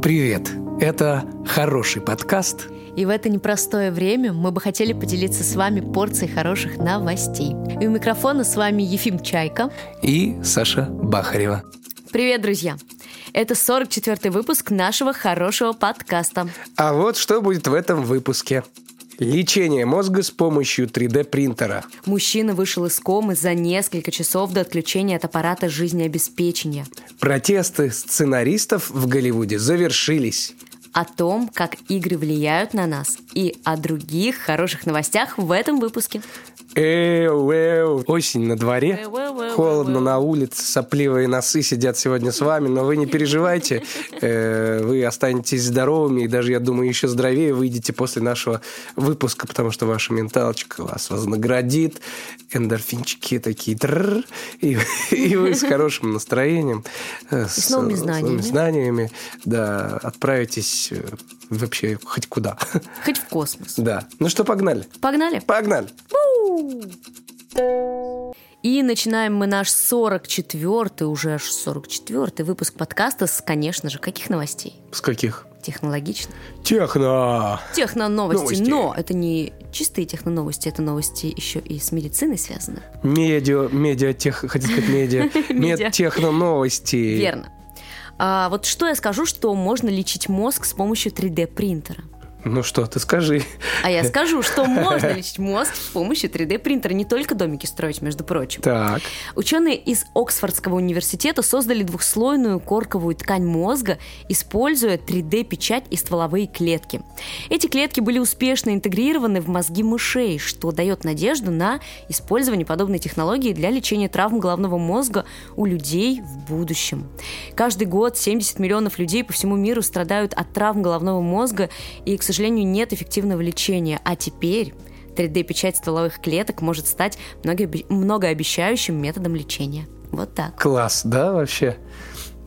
Привет! Это «Хороший подкаст» И в это непростое время мы бы хотели поделиться с вами порцией хороших новостей. И у микрофона с вами Ефим Чайка. и Саша Бахарева. Привет, друзья! Это 44-й выпуск нашего хорошего подкаста. А вот что будет в этом выпуске. Лечение мозга с помощью 3D-принтера. Мужчина вышел из комы за несколько часов до отключения от аппарата жизнеобеспечения. Протесты сценаристов в Голливуде завершились. О том, как игры влияют на нас и о других хороших новостях в этом выпуске. Эу, эу, осень на дворе, Эу, эу, эу, холодно эу, эу. на улице, сопливые носы сидят сегодня с вами, но вы не переживайте, э, вы останетесь здоровыми и даже, я думаю, еще здоровее выйдете после нашего выпуска, потому что ваша менталочка вас вознаградит, эндорфинчики такие, трррр, и, и вы с хорошим настроением, э, с, новыми э, с знаниями. знаниями, да, отправитесь э, вообще хоть куда. Хоть в космос. Да. Ну что, погнали? Погнали! Погнали! И начинаем мы наш 44-й, уже аж 44-й выпуск подкаста с, конечно же, каких новостей? С каких? Технологично. Техно! Техноновости. Новости. Но это не чистые техноновости, это новости еще и с медициной связаны. Медиа, медиатех, хотел сказать медиа, Медиа. медтехно новости. Верно. А вот что я скажу, что можно лечить мозг с помощью 3D-принтера. Ну что, ты скажи. А я скажу, что можно лечить мозг с помощью 3D-принтера, не только домики строить, между прочим. Так, Ученые из Оксфордского университета создали двухслойную корковую ткань мозга, используя 3D-печать и стволовые клетки. Эти клетки были успешно интегрированы в мозги мышей, что дает надежду на использование подобной технологии для лечения травм головного мозга у людей в будущем. Каждый год 70 миллионов людей по всему миру страдают от травм головного мозга, и, к сожалению, нет эффективного лечения. А теперь 3D-печать стволовых клеток может стать многообе- многообещающим методом лечения. Вот так. класс, да, вообще?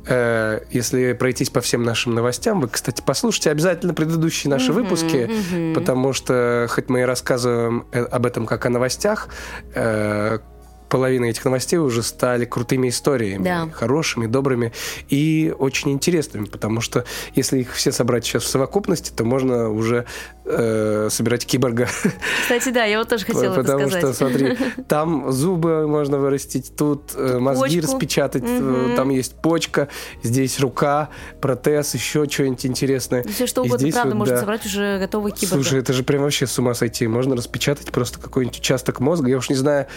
Э, Если пройтись по всем нашим новостям, вы, кстати, послушайте обязательно предыдущие наши выпуски, потому что хоть мы и рассказываем э, об этом как о новостях, э, половина этих новостей уже стали крутыми историями, Да. хорошими, добрыми и очень интересными, потому что если их все собрать сейчас в совокупности, то можно уже э, собирать киборга. Кстати, да, я вот тоже хотела это Потому сказать. что, смотри, там зубы можно вырастить, тут э, мозги почку. распечатать, э, Мгм. там есть почка, здесь рука, протез, еще что-нибудь интересное. Все что И угодно, здесь правда, вот, можно да. собрать уже готовый киборг. Слушай, это же прям вообще с ума сойти. Можно распечатать просто какой-нибудь участок мозга. Я уж не знаю,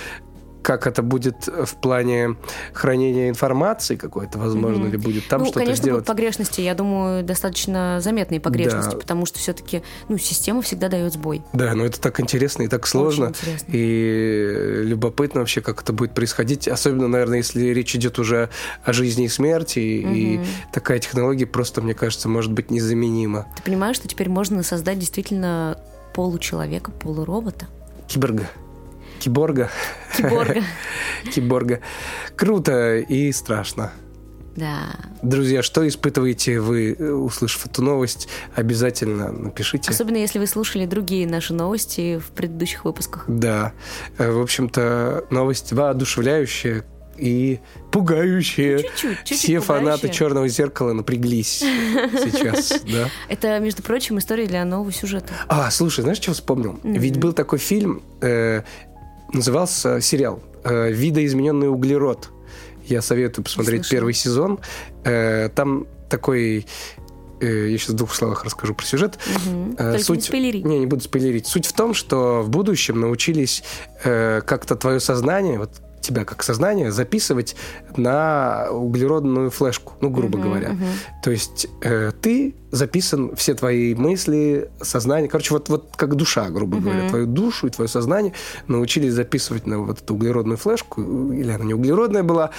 как это будет в плане хранения информации какой-то, возможно, Мгм. ли будет там ну, что-то конечно, сделать. будут погрешности, я думаю, достаточно заметные погрешности, Да. потому что все-таки, ну, система всегда дает сбой. Да, но это так интересно и так сложно. Очень интересно. И любопытно вообще, как это будет происходить. Особенно, наверное, если речь идет уже о жизни и смерти. И и Мгм. такая технология просто, мне кажется, может быть незаменима. Ты понимаешь, что теперь можно создать действительно получеловека, полуробота, Киборга. Киборга. киборга. Киборга. Круто и страшно. Да. Друзья, что испытываете вы, э, услышав эту новость? Обязательно напишите. Особенно если вы слушали другие наши новости в предыдущих выпусках. Да. Э, В общем-то, новость воодушевляющая и пугающая. Чуть-чуть, чуть-чуть Э, Все фанаты пугающая. черного зеркала напряглись сейчас, да. Это, между прочим, история для нового сюжета. А, слушай, знаешь, что вспомнил? Мгм. Ведь был такой фильм, э, назывался сериал э, «Видоизмененный углерод». Я советую посмотреть слышала. первый сезон. Э, Там такой... э, Я сейчас в двух словах расскажу про сюжет. Мгм. Э, Только не суть- спойлери. Не, не буду спойлерить. Суть в том, что в будущем научились э, как-то твое сознание, вот тебя как сознание, записывать на углеродную флешку, ну, грубо Мгм, говоря. мгм. То есть э, ты записан, все твои мысли, сознание, короче, вот, вот как душа, грубо Мгм. говоря, твою душу и твое сознание научились записывать на вот эту углеродную флешку, или она не углеродная была,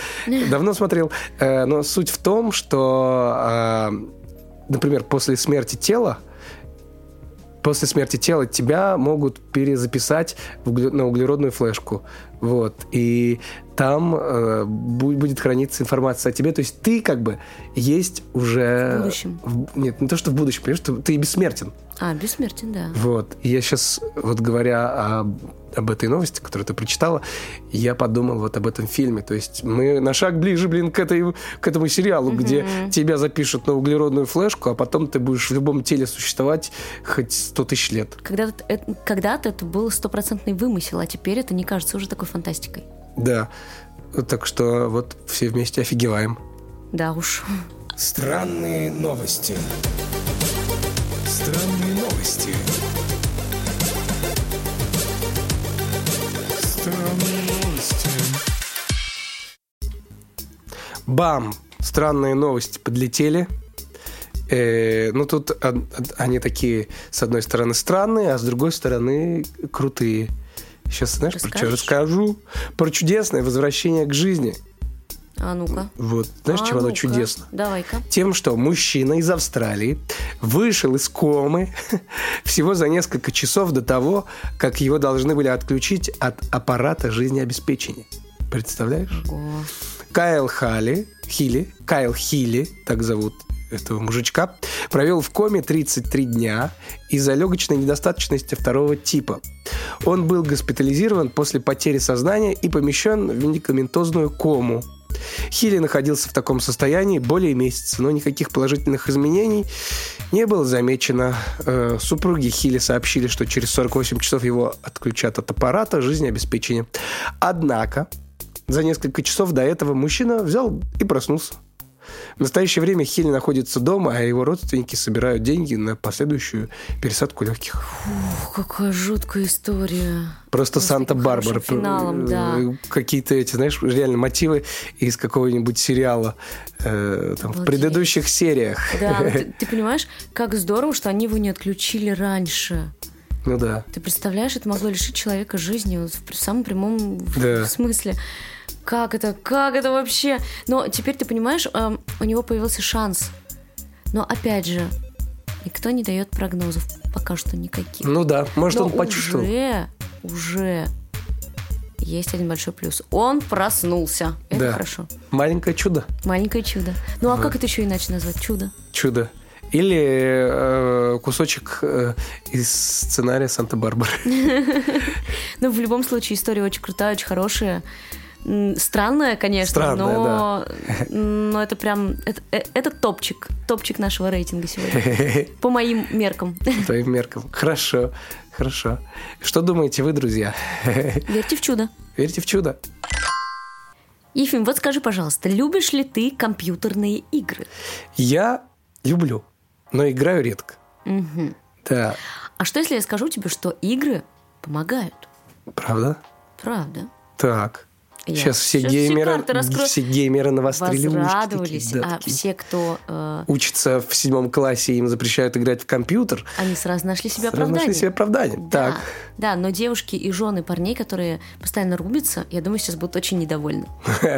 давно смотрел, Э, но суть в том, что, э, например, после смерти тела, после смерти тела тебя могут перезаписать в угле- на углеродную флешку. Вот. И там э, бу- будет храниться информация о тебе. То есть ты как бы есть уже... В будущем. в- нет, не то, что в будущем, понимаешь, что ты бессмертен. А, бессмертен, да. Вот. И я сейчас, вот говоря о об этой новости, которую ты прочитала, я подумал вот об этом фильме. То есть мы на шаг ближе, блин, к, этой, к этому сериалу, где тебя запишут на углеродную флешку, а потом ты будешь в любом теле существовать хоть сто тысяч лет. Когда-то это, когда-то это был стопроцентный вымысел, а теперь это не кажется уже такой фантастикой. Да. Так что вот все вместе офигеваем. Да уж. Странные новости. Странные новости. Странные новости. Бам! Странные новости подлетели. Э, ну, тут од- од- они такие, с одной стороны, странные, а с другой стороны, крутые. Сейчас, знаешь, про чё Расскажешь? расскажу? Про чудесное возвращение к жизни. А ну-ка. Вот, знаешь, А чем оно ну-ка. чудесно? Давай-ка. Тем, что мужчина из Австралии вышел из комы всего за несколько часов до того, как его должны были отключить от аппарата жизнеобеспечения. Представляешь? Ого. Кайл Хали, Хили, Кайл Хили, так зовут этого мужичка, провел в коме 33 дня из-за легочной недостаточности второго типа. Он был госпитализирован после потери сознания и помещен в медикаментозную кому. Хили находился в таком состоянии более месяца, но никаких положительных изменений не было замечено. Э, Супруги Хили сообщили, что через 48 часов его отключат от аппарата жизнеобеспечения. Однако, за несколько часов до этого мужчина взял и проснулся. В настоящее время Хилли находится дома, а его родственники собирают деньги на последующую пересадку легких. Ух, какая жуткая история. Просто Господи, Санта-Барбара. хорошим финалом, э, да. Какие-то эти, знаешь, реально мотивы из какого-нибудь сериала э, там, в Обалдеть. предыдущих сериях. Да, ну ты, ты понимаешь, как здорово, что они его не отключили раньше. Ну да. Ты представляешь, это могло лишить человека жизни вот в пр- самом прямом в- Да. смысле. Как это? Как это вообще? Но теперь ты понимаешь, эм, у него появился шанс. Но опять же, никто не дает прогнозов пока что никаких. Ну да, может, Но он почувствовал. Уже, уже есть один большой плюс. Он проснулся. Это Да. хорошо. Маленькое чудо. Маленькое чудо. Ну а как это еще иначе назвать? Чудо. Чудо. Или э, кусочек э, из сценария Санта-Барбары. Ну, в любом случае, история очень крутая, очень хорошая. М, Странная, конечно, Странная, но, но это прям это, э, это топчик, топчик нашего рейтинга сегодня. По моим меркам. По твоим меркам. Хорошо, хорошо. Что думаете вы, друзья? Верьте в чудо. Верите в чудо? Ефим, вот скажи, пожалуйста, любишь ли ты компьютерные игры? Я люблю, но играю редко. Да, А что если я скажу тебе, что игры помогают? правда? Правда. Так. Я Сейчас все щас все геймеры, карты раскрою. все геймеры навострили ушки Возрадовались, А такие, да, а такие. все, кто... э, учатся в седьмом классе, им запрещают играть в компьютер. они сразу нашли себе Сразу оправдание. нашли себе оправдание. Да, Так. да, но девушки и жены парней, которые постоянно рубятся, я думаю, сейчас будут очень недовольны.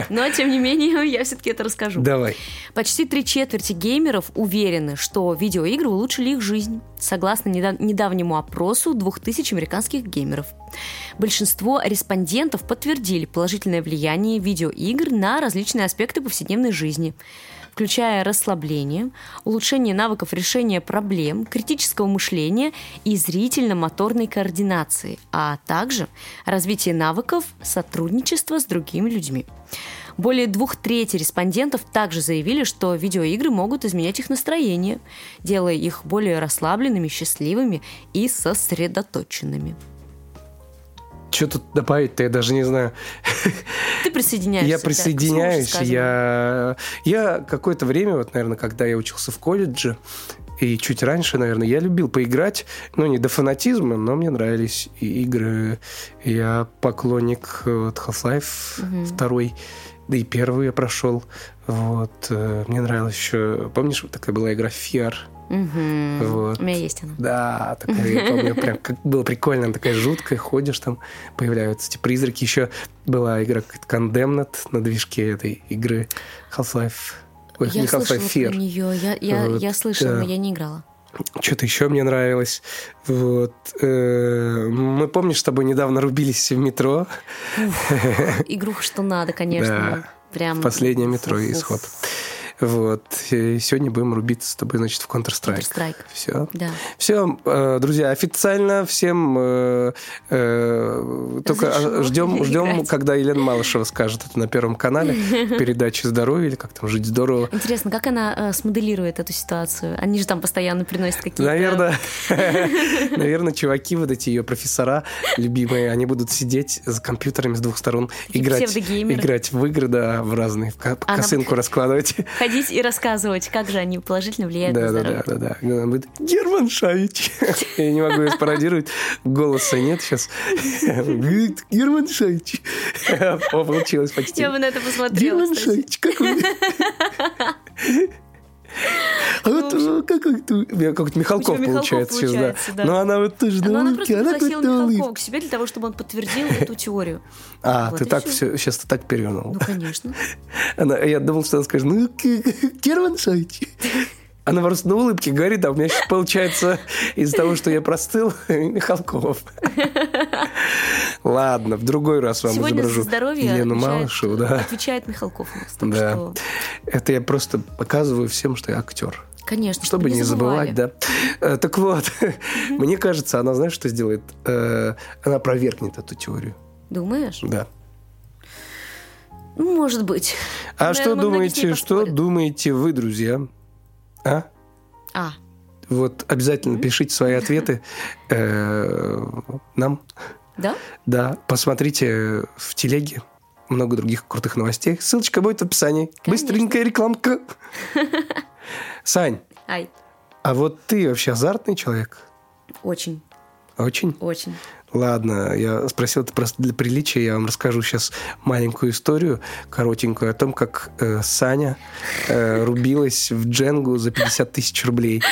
Но, тем не менее, я все-таки это расскажу. Давай. Почти три четверти геймеров уверены, что видеоигры улучшили их жизнь, согласно неда- недавнему опросу 2000 американских геймеров. Большинство респондентов подтвердили положительное влияние видеоигр на различные аспекты повседневной жизни, включая расслабление, улучшение навыков решения проблем, критического мышления и зрительно-моторной координации, а также развитие навыков сотрудничества с другими людьми. Более двух трети респондентов также заявили, что видеоигры могут изменять их настроение, делая их более расслабленными, счастливыми и сосредоточенными. Что тут добавить-то, я даже не знаю. Ты присоединяешься. Я да, к слову присоединяюсь. сказанному. Я, я какое-то время, вот, наверное, когда я учился в колледже, и чуть раньше, наверное, я любил поиграть, ну, не до фанатизма, но мне нравились и игры. Я поклонник э, вот, Half-Life 2, да и первую я прошел. Вот. э, Мне нравилось еще... Помнишь, вот такая была игра FIAR? Мгм. Вот. У меня есть она. Да, такая, я помню, прям как было прикольно, она такая жуткая, ходишь там, появляются эти призраки. Еще была игра какая-то Condemned на движке этой игры Half-Life. Ой, я не слышала Half-Life, про Fear. нее. Я, я, Вот, я слышала, да. но я не играла. Что-то еще мне нравилось. Вот. э, Мы, помнишь, с тобой недавно рубились в метро? Игруха, что надо, конечно. Да. Прям. Последнее метро Фу-фу. и исход. Вот. И сегодня будем рубиться с тобой, значит, в Counter-Strike. Counter-Strike. Все. Да. Все, э, друзья, официально всем э, э, только Разрешено ждем, ждем, играть. когда Елена Малышева скажет это на Первом канале в передаче «Здоровье» или как там «Жить здорово». Интересно, как она э, смоделирует эту ситуацию? Они же там постоянно приносят какие-то... Наверное, наверное, чуваки, вот эти ее профессора любимые, они будут сидеть за компьютерами с двух сторон, Такие играть, псевдогеймеры. играть в игры, да, в разные, в ко- Она косынку раскладывать. Ходить и рассказывать, как же они положительно влияют на Да, да, да, здоровье. да, да. Она будет Герман Шавич. Я не могу ее спародировать. Голоса нет сейчас. Говорит, Герман Шавич. О, получилось почти. Я бы на это посмотрела, Герман кстати. Шавич, как вы? А вот э, как он тут? У меня Как-то Михалков Ну, У тебя Михалков получается сейчас, да. получается, да. Но она вот тоже Но ну, на она улыбке, просто она пригласила какой-то на Михалкова улыбке. к себе для того, чтобы он подтвердил эту теорию. А, Вот ты и так всё. все, сейчас ты так перевернул. Ну, конечно. Она, я думал, что она скажет, ну, к- к- Керван Шайчи. Она просто на улыбке говорит, а у меня сейчас получается из-за того, что я простыл, Михалков. Ладно, в другой раз вам Сегодня за изображу здоровье Елену отвечает- Малышеву. Да. отвечает Михалков у нас. Так Да. что, Это я просто показываю всем, что я актер. конечно, Чтобы не забывать, да. Э, Так вот, мне кажется, она, знаешь, что сделает? Э, Она опровергнет эту теорию. Думаешь? Да. Ну, может быть. А Наверное, что Ну, многие с ней думаете, что поспорят. думаете вы, друзья? А? А, Вот обязательно пишите свои ответы э, нам. да? Да, посмотрите в телеге много других крутых новостей. Ссылочка будет в описании. Быстренькая рекламка. Сань, Ай, а вот ты вообще азартный человек? очень, Очень. очень. Ладно, я спросил это просто для приличия. Я вам расскажу сейчас маленькую историю, коротенькую, о том, как э, Саня э, рубилась в Дженгу за 50 тысяч рублей.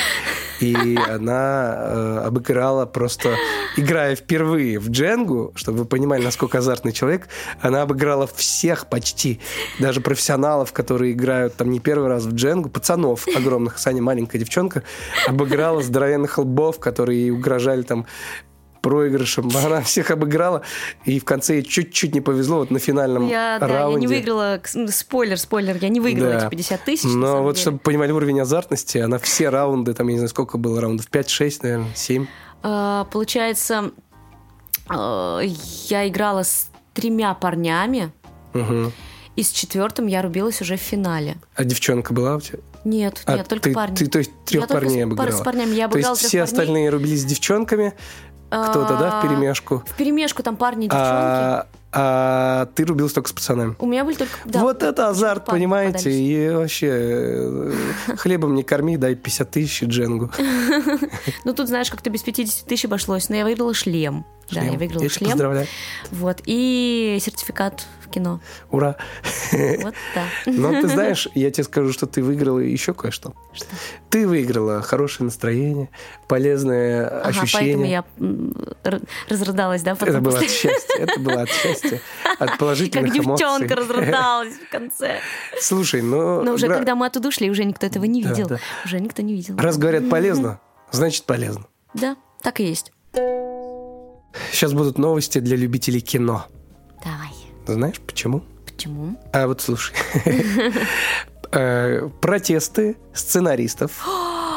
И она э, обыграла просто, играя впервые в Дженгу, чтобы вы понимали, насколько азартный человек, она обыграла всех почти, даже профессионалов, которые играют там не первый раз в Дженгу, пацанов огромных, Саня маленькая девчонка, обыграла здоровенных лбов, которые ей угрожали там проигрышем. Она всех обыграла, и в конце ей чуть-чуть не повезло вот на финальном Я, да, я раунде. не выиграла, к- ну, спойлер, спойлер, я не выиграла Да. эти 50 тысяч. на Но самом вот, деле. чтобы понимали уровень азартности, она все раунды, там, я не знаю, сколько было раундов, 5-6, наверное, 7. А, получается, а, я играла с тремя парнями, Мгм. и с четвертым я рубилась уже в финале. А девчонка была у тебя? Нет, А нет, только ты, парни. ты, то есть, трех Я только парней с- пар- обыграла? с парнями. Я то обыграла есть, трех все парней. остальные рубились с девчонками, кто-то, да, А, в перемешку. В перемешку там парни и девчонки. А, а ты рубилась только с пацанами? У меня были только... да, вот это азарт, парни понимаете? попадались. И вообще, э, хлебом не корми, дай 50 тысяч и Дженгу. Ну, тут, знаешь, как-то без 50 тысяч обошлось, но я выиграла шлем. Да, я Шлем. выиграла тебя шлем. поздравляю. Вот. И сертификат в кино. Ура. Вот так. Но ты знаешь, я тебе скажу, что ты выиграла еще кое-что. Ты выиграла хорошее настроение, полезное Ага, поэтому ощущение. я м, р- разрыдалась, да, потом Это было после- от счастья, это было от счастья, от Как положительных эмоций. девчонка разрыдалась в конце. Слушай, ну... Но уже гра- когда мы оттуда ушли, уже никто этого не Да, видел. да. Уже никто не видел. Раз говорят полезно, значит полезно. Да, так и есть. Сейчас будут новости для любителей кино. Давай. Знаешь, почему? Почему? А вот слушай. Э, Протесты сценаристов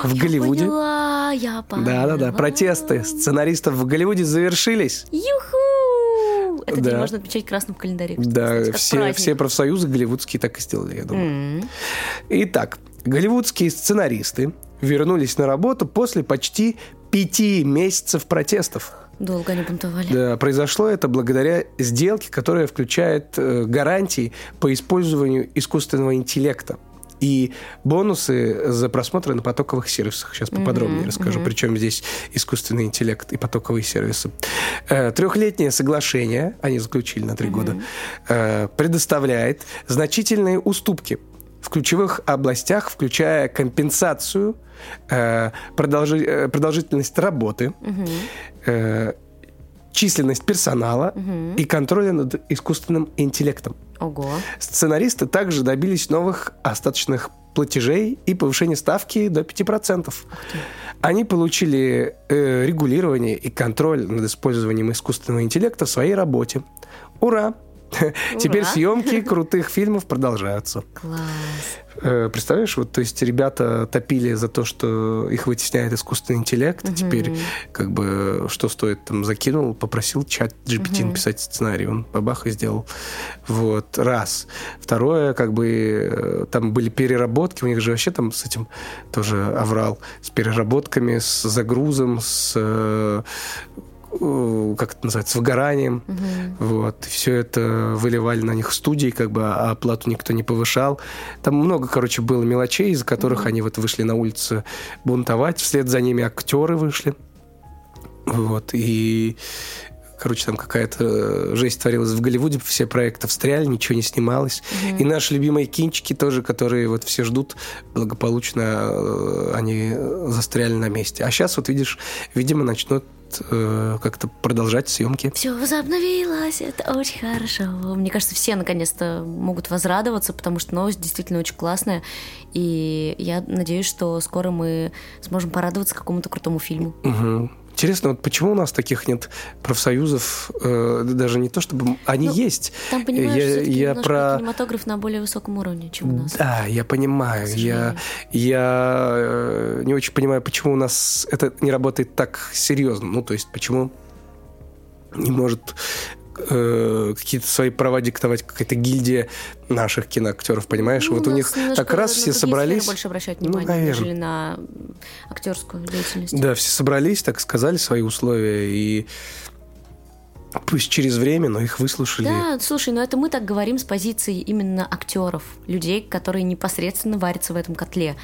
в Голливуде. Я поняла, я поняла. Да-да-да, протесты сценаристов в Голливуде завершились. Юху! Этот Да. день можно отмечать красным в календаре. кстати, Да, как все, праздник. все профсоюзы голливудские так и сделали, я думаю. М. Итак, голливудские сценаристы вернулись на работу после почти пяти месяцев протестов. Долго они бунтовали. Да, Э, произошло это благодаря сделке, которая включает э, гарантии по использованию искусственного интеллекта и бонусы за просмотры на потоковых сервисах. Сейчас поподробнее расскажу, причем здесь искусственный интеллект и потоковые сервисы. Э, Трехлетнее соглашение, они заключили на три года, э, предоставляет значительные уступки в ключевых областях, включая компенсацию, э, продолжи- э, продолжительность работы, э, численность персонала и контроля над искусственным интеллектом. Ого. Сценаристы также добились новых остаточных платежей и повышения ставки до 5%. Они получили э, регулирование и контроль над использованием искусственного интеллекта в своей работе. Ура! Теперь съемки крутых фильмов продолжаются. Класс. Э, Представляешь, вот, то есть ребята топили за то, что их вытесняет искусственный интеллект, а теперь как бы что стоит, там закинул, попросил чат GPT написать сценарий, он бабах и сделал. Вот, раз. Второе, как бы э, там были переработки, у них же вообще там с этим тоже оврал, с переработками, с загрузом, с э, э, как это называется, с выгоранием. Вот. Все это выливали на них в студии, как бы, а плату никто не повышал. Там много, короче, было мелочей, из-за которых они вот вышли на улицы бунтовать. Вслед за ними актеры вышли. Вот. И Короче, там какая-то жесть творилась в Голливуде, все проекты встряли, ничего не снималось. И наши любимые кинчики тоже, которые вот все ждут, благополучно э, они застряли на месте. А сейчас вот видишь, видимо, начнут э, как-то продолжать съемки. Все возобновилось, это очень хорошо. Мне кажется, все наконец-то могут возрадоваться, потому что новость действительно очень классная. И я надеюсь, что скоро мы сможем порадоваться какому-то крутому фильму. Мгм. Интересно, вот почему у нас таких нет профсоюзов, э, даже не то чтобы... Они Ну, есть. Там, понимаешь, Я- всё-таки я немножко про- кинематограф на более высоком уровне, чем у нас. Да, я понимаю. К Я, я э, не очень понимаю, почему у нас это не работает так серьезно. Ну, то есть, почему не может э, какие-то свои права диктовать какая-то гильдия наших киноактеров, понимаешь? Ну, вот у нас них немножко так раз на все другие сферы собрались. больше обращать Ну, внимание, наверно. нежели на актерскую деятельность. Да, все собрались, так сказали свои условия и пусть через время, но их выслушали. Да, слушай, но это мы так говорим с позиции именно актеров, людей, которые непосредственно варятся в этом котле.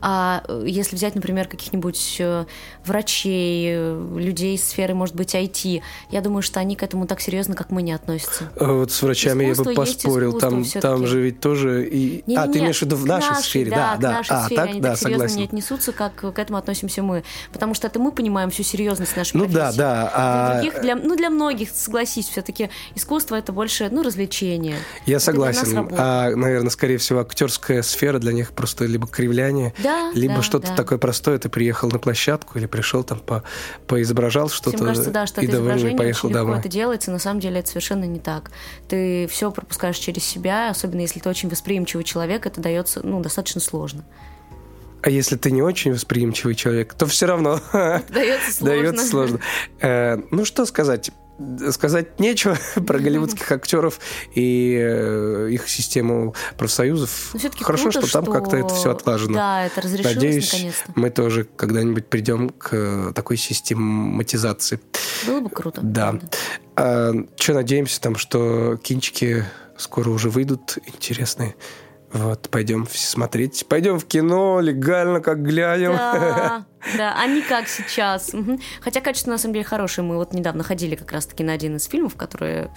А э, если взять, например, каких-нибудь э, врачей, э, людей из сферы, может быть, IT, я думаю, что они к этому так серьезно, как мы, не относятся. А Вот с врачами я бы Искусство есть поспорил. искусство Там, там всё-таки. же ведь тоже и. Не, а, не, ты не, имеешь в виду в к нашей сфере, да, к да. нашей а, сфере так, они да, так серьезно согласен. не отнесутся, как к этому относимся мы. Потому что это мы понимаем всю серьезность нашей Ну да, профессии. да. Для а, других, для, ну, для многих, согласись, все-таки искусство это больше, ну, развлечение. я Это для нас согласен. работа. А, наверное, скорее всего, актерская сфера для них просто либо кривляние, Да, либо да, что-то да. такое простое. Ты приехал на площадку или пришел там по, поизображал что-то Всем кажется, да, что и это довольный изображение поехал очень легко домой. это делается, на самом деле это совершенно не так. Ты все пропускаешь через себя, особенно если ты очень восприимчивый человек, это дается, ну, достаточно сложно. А если ты не очень восприимчивый человек, то все равно Дается сложно. дается сложно. Э, Ну что сказать? Сказать нечего про голливудских актеров и э, их систему профсоюзов. Но все-таки Хорошо, что там как-то это все отлажено. Да, это разрешилось Надеюсь, наконец-то. мы тоже когда-нибудь придем к э, такой систематизации. Было бы круто. Да. правда. А, Че надеемся там, что кинчики скоро уже выйдут интересные. Вот, пойдем все смотреть. Пойдем в кино, легально, как глянем. Да, да, а не как сейчас. Мгм. Хотя качество на самом деле хорошее. Мы вот недавно ходили как раз-таки на один из фильмов, которые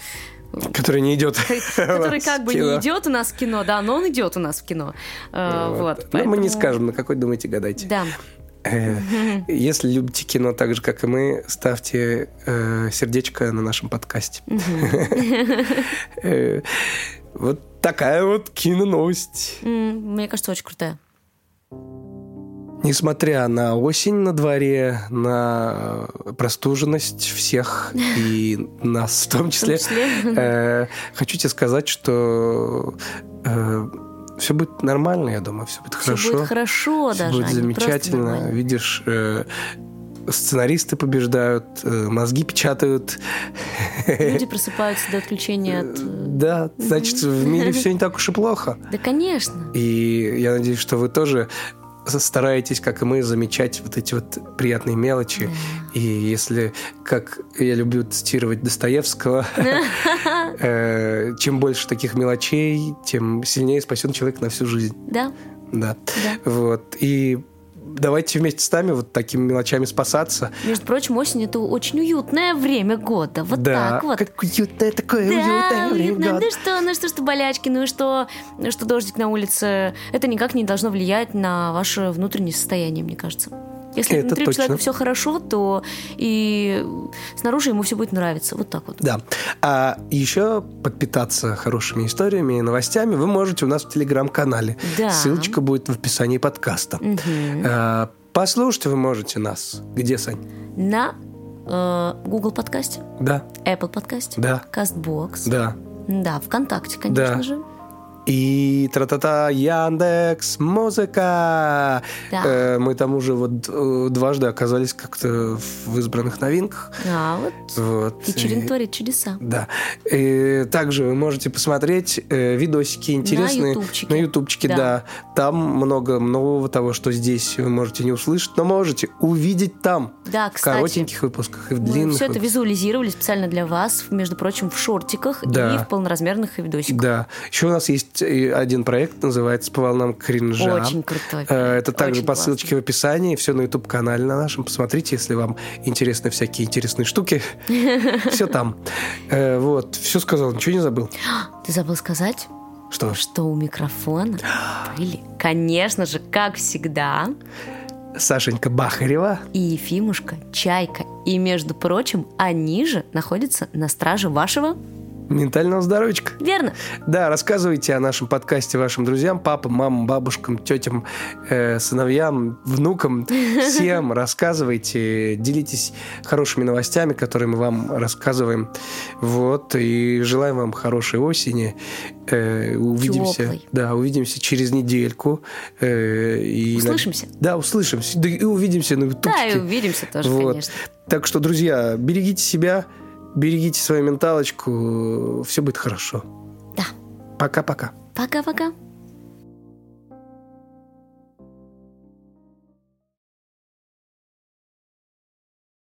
Который не идет. который как бы не Кино. идет у нас в кино, да, но он идет у нас в кино. Э, Вот. Ну, поэтому- мы не скажем, на какой думаете, гадайте. Да. Э, Если любите кино так же, как и мы, ставьте э, сердечко на нашем подкасте. Э, Вот такая вот кино-новость. М, Мне кажется, очень крутая. Несмотря на осень на дворе, на э, простуженность всех и нас в том В том числе, числе. э, хочу тебе сказать, что все будет нормально, я думаю, все будет Все хорошо. будет хорошо Всё даже. будет а не просто замечательно. нормально. Видишь, э, сценаристы побеждают, э, мозги печатают. Люди просыпаются до отключения от... э, Да, значит, в мире все не так уж и плохо. Да, конечно. И я надеюсь, что вы тоже стараетесь, как и мы, замечать вот эти вот приятные мелочи. И если, как я люблю цитировать Достоевского, э, чем больше таких мелочей, тем сильнее спасен человек на всю жизнь. Да, Да. да. Вот. И давайте вместе с нами вот такими мелочами спасаться. Между прочим, осень это очень уютное время года. Вот да. так вот. Как уютное такое Да, уютное время уютно. года. Ну что, ну что, что болячки, ну и что, ну что дождик на улице. Это никак не должно влиять на ваше внутреннее состояние, мне кажется. Если Это внутри у точно. человека все хорошо, то и снаружи ему все будет нравиться. Вот так вот. Да. А еще подпитаться хорошими историями и новостями вы можете у нас в телеграм-канале. Да. Ссылочка будет в описании подкаста. Э, Послушать вы можете нас. Где, Сань? На э, Google подкасте, Да, Apple подкасте, Да. Castbox, да. Да, ВКонтакте, конечно Да. же. И тра-та-та, Яндекс, музыка. Да. Э, мы там уже вот э, дважды оказались как-то в избранных новинках. А, вот Вот. Вечерин И- творит чудеса. Да. И также вы можете посмотреть э, видосики интересные ютубчике. ютубчике, Да. да. Там много нового того, что здесь вы можете не услышать, но можете увидеть там. Да, В кстати. коротеньких выпусках и в Мы длинных. все это выпусках. визуализировали специально для вас, между прочим, в шортиках Да. и в полноразмерных видосиках. Да. Еще у нас есть э, один проект, называется «По волнам кринжа». Очень крутой. Э, Это также Очень по ссылочке в описании, все на YouTube-канале на нашем. Посмотрите, если вам интересны всякие интересные штуки. Все там. Э, Вот, все сказал, ничего не забыл. классно. Ты забыл сказать, Что ж, что у микрофона были, конечно же, как всегда, Сашенька Бахарева. и Ефимушка, Чайка. И, между прочим, они же находятся на страже вашего... Ментального здоровечка. Верно. Да, рассказывайте о нашем подкасте вашим друзьям, папам, мамам, бабушкам, тетям, э, сыновьям, внукам. Всем рассказывайте, делитесь хорошими новостями, которые мы вам рассказываем. Вот, и желаем вам хорошей осени. Э, увидимся. Тёплой. Да, увидимся через недельку. Э, и над- Услышимся. Да, услышимся. Да и увидимся на Да, и ютубчике. увидимся тоже, Вот. конечно. Так что, друзья, берегите себя, берегите свою менталочку. Все будет хорошо. Да. Пока-пока. Пока-пока.